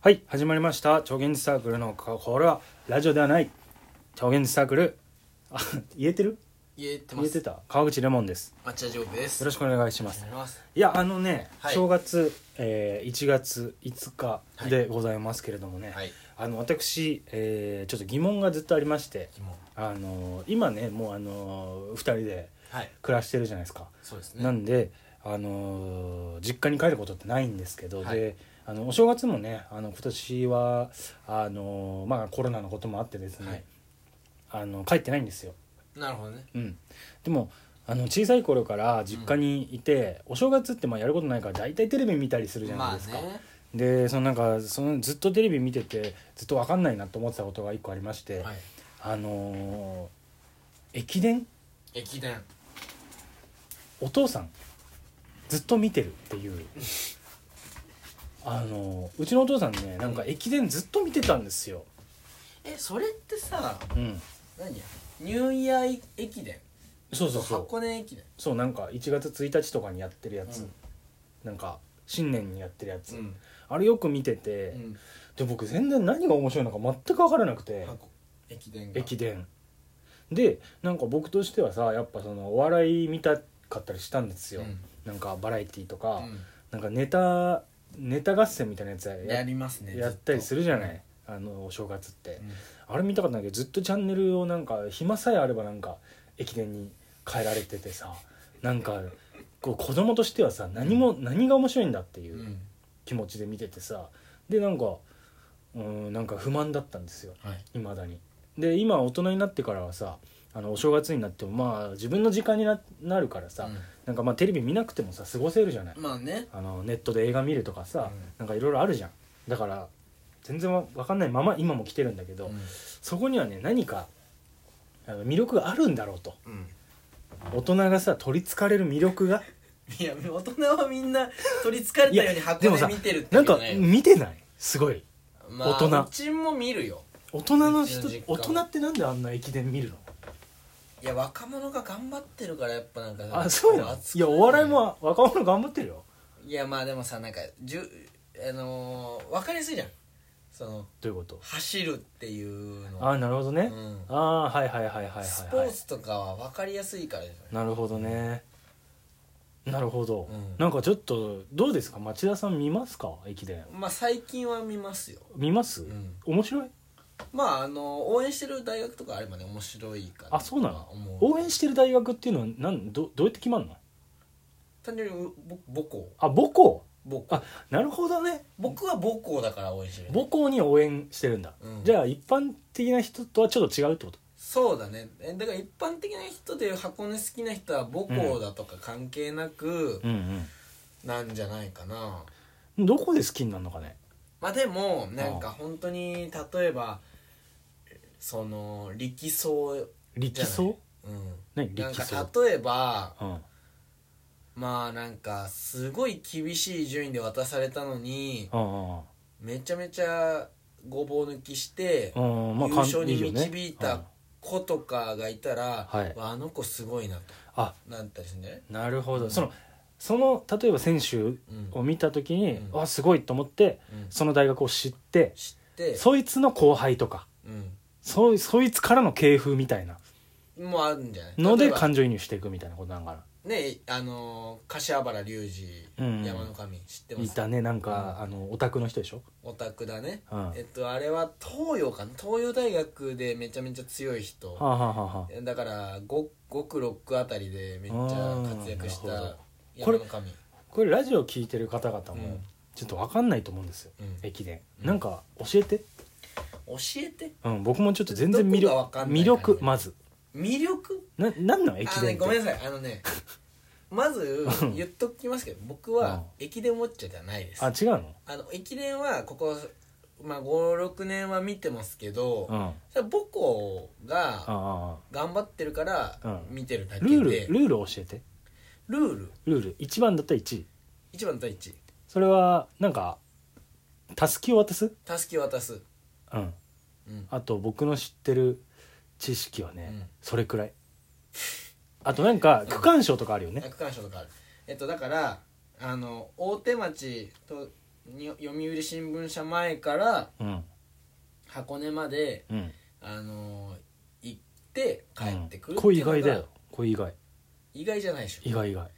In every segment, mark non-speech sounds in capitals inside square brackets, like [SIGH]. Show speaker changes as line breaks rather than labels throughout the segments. はい始まりました超現実サークルのここれはラジオではない超現実サークルあ言えてる
言えてま
言え
す
てた川口レモンです
抹茶上部です
よろしくお願いします
お願いします
いやあのね、
はい
正月、えー1月5日でございますけれどもね、
はい
あの私、えーちょっと疑問がずっとありまして
疑問
あのー今ねもうあの2人で
はい
暮らしてるじゃないですか、
そうですね
なんで、あのー実家に帰ることってないんですけど、
はい
であのお正月もねあの今年はあのーまあ、コロナのこともあってですね、
はい
あの帰ってないんですよ。
なるほどね
うん、でもあの小さい頃から実家にいて、お正月ってまあやることないから大体テレビ見たりするじゃない
まあ
ですか。
ね
でそのなんかそのずっとテレビ見ててずっと分かんないなと思ってたことが一個ありまして、
はい
あのー駅伝
駅伝
お父さんずっと見てるっていうあのうちのお父さんねなんか駅伝ずっと見てたんですよ、
えそれってさ
うん、
何やニューイヤー駅伝
そうそうそう
箱根駅伝
そうなんか1月1日とかにやってるやつ、
うん
なんか新年にやってるやつ、
ん
あれよく見てて、
うん
で僕全然何が面白いのか全く分からなくて
箱駅伝が
駅伝でなんか僕としてはさやっぱそのお笑い見たかったりしたんですよ、
うん
なんかバラエティーとか、
うん
なんかネタネタ合戦みたいなやつや
やりますね
やったりす
る
るじゃないあのお正月って、あれ見たかったんだけどずっとチャンネルをなんか暇さえあればなんか駅伝に変えられててさなんかこう子供としてはさ何も、何が面白いんだっていううん気持ちで見ててさでなんかうーんなんか不満だったんですよ
は
い
い
まだにで今大人になってからはさあのお正月になってもまあ自分の時間にななるからさ、
うん
なんかまあテレビ見なくてもさ過ごせるじゃない
まあね
あのネットで映画見るとかさ、
うん
なんかいろいろあるじゃんだから全然わわかんないまま今も来てるんだけど、
うん
そこにはね何かあの魅力があるんだろうと
うん
大人がさ取りつかれる魅力が
いや大人はみんな取りつかれたように箱
でもさ
根見てるって
なん
こと
か
ね
見てないすごい
まあ
大人
うちも見るよ
大人の
うち
人
の実家
大人ってなんであんな駅伝見るの
いや若者が頑張ってるからやっぱなんか
あそうなの
熱く
いやお笑いも若者頑張ってるよ
いやまあでもさなんかじゅあのー、分かりやすいじゃんその
どういうこと
走るっていうの
ああなるほどね、
うん
ああはいはいはいはいはい、はい、
スポーツとかは分かりやすいからじゃ
なるほどねなるほど、
うん
なんかちょっとどうですか町田さん見ますか駅伝
ないまあ最近は見ますよ
見ます、
うん
面白い
まああのー応援してる大学とかあればね面白いかな
あそうな
と
の
は思う
応援してる大学っていうのはなんどどうやって決まるの
単純にうぼ母校
あ母校
母校
あなるほどね
僕は母校だから応援してる
母校に応援してるんだ、
うん
じゃあ一般的な人とはちょっと違うってこと
そうだねえだから一般的な人で箱根好きな人は母校だとか関係なく
ん
なんじゃないかな、
うんどこで好きになるのかね
まあでもなんか本当に例えばその力走
力走
う
何
んなん
力走
か例えば
うん
まあなんかすごい厳しい順位で渡されたのに
あ
めちゃめちゃごぼう抜きして
あうんまあ
優勝に
いいよね
導いた子とかがいたら
はい
わあの子すごいなと
あ
なったりするんじゃない
なるほどそのその例えば選手
うん
を見た時に、
うん
あすごいと思って
うん
その大学を知って
知って
そいつの後輩とか
う
そそいつからの系譜みたいなん
もうあるんじゃない
の
例
で
えば
感情移入していくみたいなことなんかな
ねあのー柏原隆
う
二、
ん
山の神知ってま
い
す
たねなんか、あのオタクの人でしょ、
オタクだね、
うん
えっとあれは東洋かな東洋大学でめちゃめちゃ強い人、
はあ、はあはあはあ
だから 5, 5区6区あたりでめっちゃ活躍し
あーなる
た
ほど
山の神
これラジオ聞いてる方々
う
も
ん
ちょっと分かんないと思うんですよ、
うん
駅伝、
うん
なんか教えて、
教えて
うん、僕もちょっと全然魅力
どこが分かんない
魅
感
力
じ
まず
魅力
ななんなん駅
あの
伝
ね
って
ごめんなさいあのねまず
うん
言っときますけど僕は駅伝ウォッチャーではないです
あ違うの
あの駅伝はここ、まあ、56年は見てますけど、
うんあ
それは母校
あ
が
ああ
頑張ってるから
うん
見てるだけで、
ルールルール教えて
ルール
ルール1番だったら1位
一番対一
それはなんかたすきを渡す
たすき渡す、
うん
うん、
あと僕の知ってる知識はね、
うん
それくらいあとなんか区間賞とかあるよね、
区間賞とかあるえっとだからあの大手町とに読売新聞社前から
うん
箱根まで、
うん
あのー行って帰ってくる
これ意
ていうのが
外だよこれ意外
意外じゃないでしょ
意外意外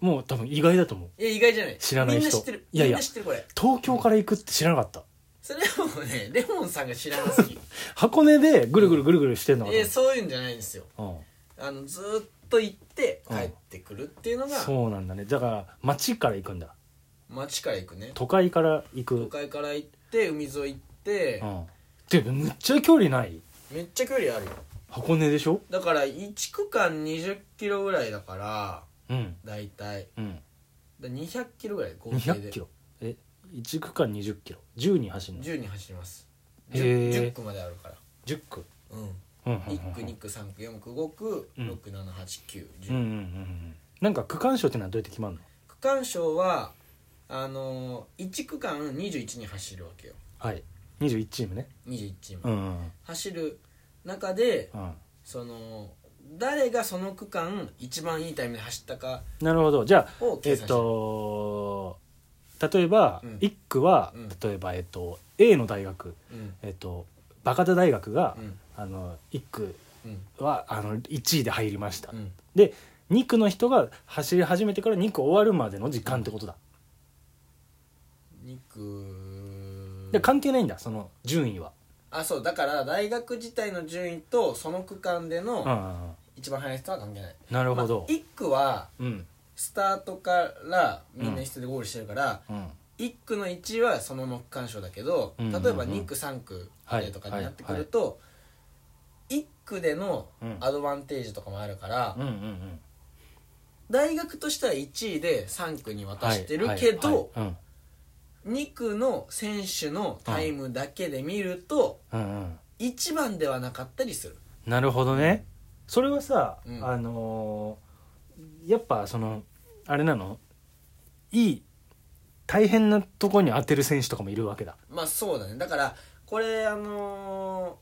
もう多分意外だと思う
いや意外じゃない
知らない人
みんな知ってる
いやいや
みんな知ってるこれ
東京から行くって知らなかった
それはもうねレモンさんが知らなすぎ
箱根でぐるぐるぐるぐるしてんのか
えそういうんじゃないんですよ
と思った
あのずーっと行って帰ってくるっていうの
うん
が、
そうなんだねだから町から行くんだ
街から行くね
都会から行
都
く
会から行って海沿い行って
う、んてかむっちゃ距離ない
めっちゃ距離あるよ
箱根でしょ
だから1区間2 0キロぐらいだから
うん
大体
うん
だ2 0 0キロぐらい合
2
計
0
で
0キロえ1区間2 0キロ10に走るの
10に走ります
へ
10,
ー
10区まであるから
10区
うん
うんうん
1区2区3区4区5区
うん
6 7 8 9
うんうんうんう
1 0
んなんか区間賞ってのはどうやって決まるの
区間賞はあのー、1区間21に走るわけよ
はい21チームね
21チーム、
うんうん
走る中で
うん
その誰がその区間一番いいタイムで走ったか
なるほどじゃあ
を
え
計
っ
算して、
と例えば、
うん
一1区は、
うん
例えば、えっと、A の大学、
うん
えっと、バカタ大学が、
うん
あの1区
うん
はあの1位で入りました、
うん
で2区の人が走り始めてから2区終わるまでの時間ってことだ、
2区
で関係ないんだその順位は、
あそうだから大学自体の順位とその区間で
うんう
の
んうん
一番速い人は関係ない、
なる
ま
ほど、
1区は
うん
スタートからみんな一緒でゴールしてるから、
うん
1区の1位はそのまま区間賞だけど、
うんうんうん
例えば2区3区でとかになってくると、1区でのアドバンテージとかもあるから、
うんうんうん
大学としては1位で3区に渡してる
はい
けど、
はいはい
2区の選手のタイムだけで見ると
うんうんうん
1番ではなかったりする
なるほどね、それはさ、
うん
あのーやっぱそのあれなのいい大変なとこに当てる選手とかもいるわけだ
まあそうだねだからこれあの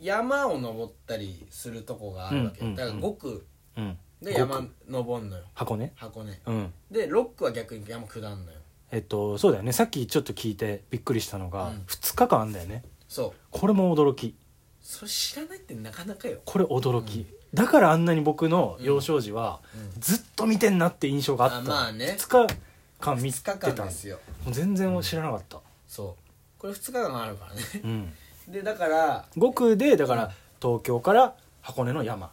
ー山を登ったりするとこがあるわけ、
うんうんうん
だから5区
うん
で
五区
山登んのよ
箱根
箱根
うん
で6区は逆に山下んのよ
えっとそうだよねさっきちょっと聞いてびっくりしたのが、
うん
2日間あんだよね
そう
これも驚き
それ知らないってなかなかよ、
これ驚き、だからあんなに僕の幼少時は、
うん
ずっと見てんなって印象があった
あまあね
2日間見てた
2日間ですよ
もう全然知らなかった、
そうこれ2日間あるからね [LAUGHS]
うん、
でだから
5区でだか
うん
ら東京から箱根の山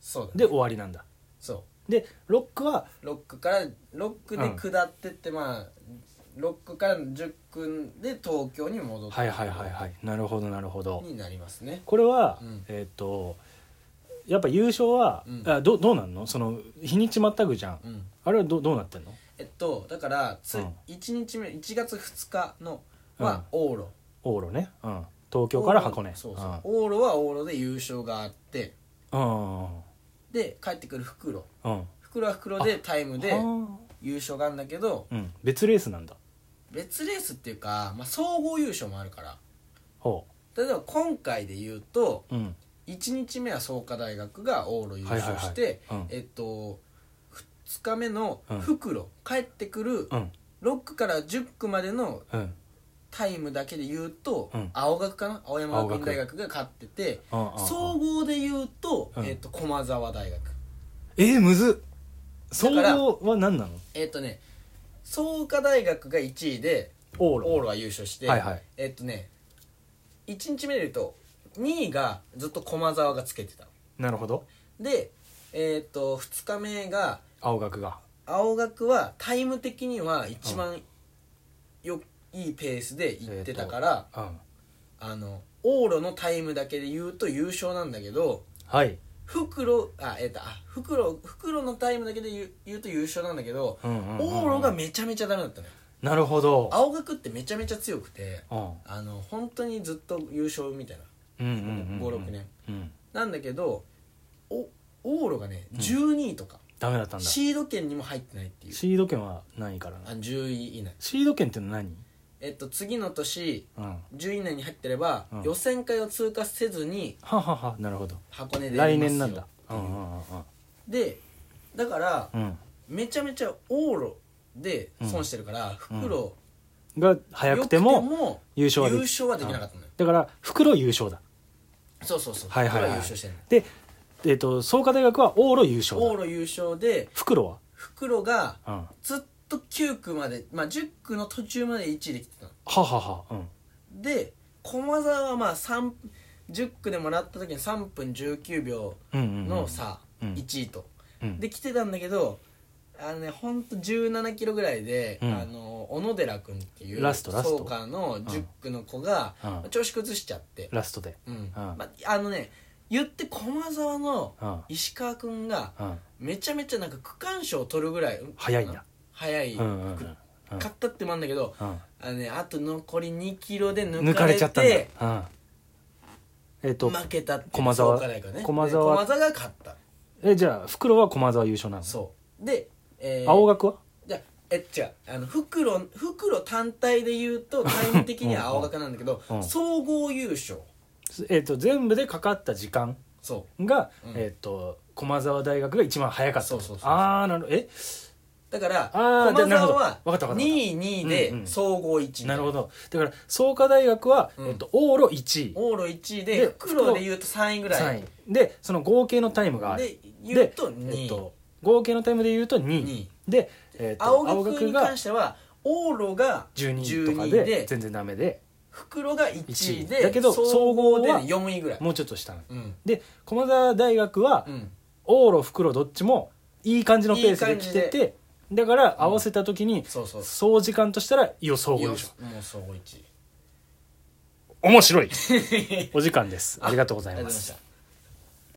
そうだね
で終わりなんだ
そ
で6区は
う6区から6区で下ってって、まあ6区から10区で東京に戻って
はいはいはいはいなるほどなるほど
になりますね
これは、
うん
えっ、とやっぱ優勝は、
うん
あどどうなんのその日にちまたぐじゃん、
うん
あれはどどうなってんの
えっとだからつ、
うん
1日目1月2日のは往路、
往路ね、うん、東京から箱根
そうそう、往路は往路で優勝があって
うん
で帰ってくる復路
うんうん
復路は復路でタイムで
あー
優勝があるんだけど
うん別レースなんだ
別レースっていうか、まあ、総合優勝もあるから
ほ
例えば今回で言うと
ううん
1日目は創価大学が往路優勝して、
はいはいはいうん
えっと2日目の復路、帰ってくる
うん
6区から10区までの
うん
タイムだけで言うと、
うん
青学かな青山学
青
院
学
大学が勝ってて
うんうんうん
総合で言うと,、
うん
えっと駒澤大学
えー、むずっ総
だから
合は何なの
えっ、とね創価大学が1位で
往
往路は優勝して、
はいはい
えっ、とね1日目で言うと2位がずっと駒澤がつけてた
なるほど
で、えっと2日目が
青学が
青学はタイム的には一番よ、いいペースで行ってたから、
うん
あの往路のタイムだけで言うと優勝なんだけど
はい
袋あえっ、とあ袋袋のタイムだけで言う言うと優勝なんだけど、
うんうんうんうん
往路がめちゃめちゃダメだったのよ
なるほど
青学ってめちゃめちゃ強くて
うん
あの本当にずっと優勝みたいな
うんうんうんうん
56年
うん
なんだけどお往路がね12位とか、
ダメだったんだシ
シード圏にも入ってないっていう
ード権はないから
あ
な
10位以内
シード権ってのは何
えっと次の年
うんは
10位以内に入ってれば、
うん
予選会を通過せずに
ははなるほど
箱根でや
来
ります
年
よ
なんだうんうん
でだから
うんうん
めちゃめちゃ往路で損してるから、袋
が早くても
も
優勝は
優
でき
勝はできなかったのよ
だから袋優勝だ
そうそうそう
はいはいはい
俺優勝してんの
で、えっと創価大学は往路優勝
往
だ
路優勝で
袋は、
袋が
うん、は
ずっと9区まで、まあ、10区の途中まで1位できてたの
はは、うん、
で駒澤はまあ3 10区でもらった時に3分19秒
うんうんうん
の差、
うん
1位と
うん
で来てたんだけどあのねほんと1 7キロぐらいで、
うん
あの小野寺君っていう
ラストラスト
創価の10区の子が、
うん
まあ調子崩しちゃって、
ラストで
うん
うん
まあ、あのね言って駒澤の
うん
石川君が
うん
めちゃめちゃなんか区間賞を取るぐらい
早いんだ
早い、
うんうんうんうん
勝ったってもあるんだけど
うん
あの、ね、あと残り2キロで抜
抜
か
かれ
れて
ちゃったんだうんえっと
負けたっていう
駒澤
創価大学がね
駒澤
で駒澤が勝った
えじゃあ袋は駒沢優勝なの
そうで、えー
青学は
じゃあえ違うあの袋袋単体で言う
[LAUGHS]
とタイム的には青学なんだけど
うん
総合優勝
えっと全部でかかった時間
そ
が
うん
えっと駒沢大学が一番早かった
そうそうそう
ああなるほどえ
うだから
あー
駒
なるほ
澤
ど
は
わかったわかった
2位2位
うんう
で
ん
総合1位
なるほどだから創価大学は
うん
えっと往路1位
往路1位で
で
袋で言うと3位ぐら
3
い
位でその合計のタイムがある
で言うと2
えっ
位
と合計のタイムで言うと2
二位
位でえっと
青学に関しては往路が
12位とか
12位
で
で
全然ダメで
袋が1位
一位だ
で
けど
総合で
総合は
4位ぐらい
もうちょっと下なの
うん
で駒澤大学は
うん
往路袋どっちもいい感じのペースで来て
いい
てだから合わせた時に
そうそう
総時間としたら予想
いや
後
も
でしょ
う総合1位 [LAUGHS]
面白いお時間ですありがとうござ
あ
い
りが
ま
とうございますした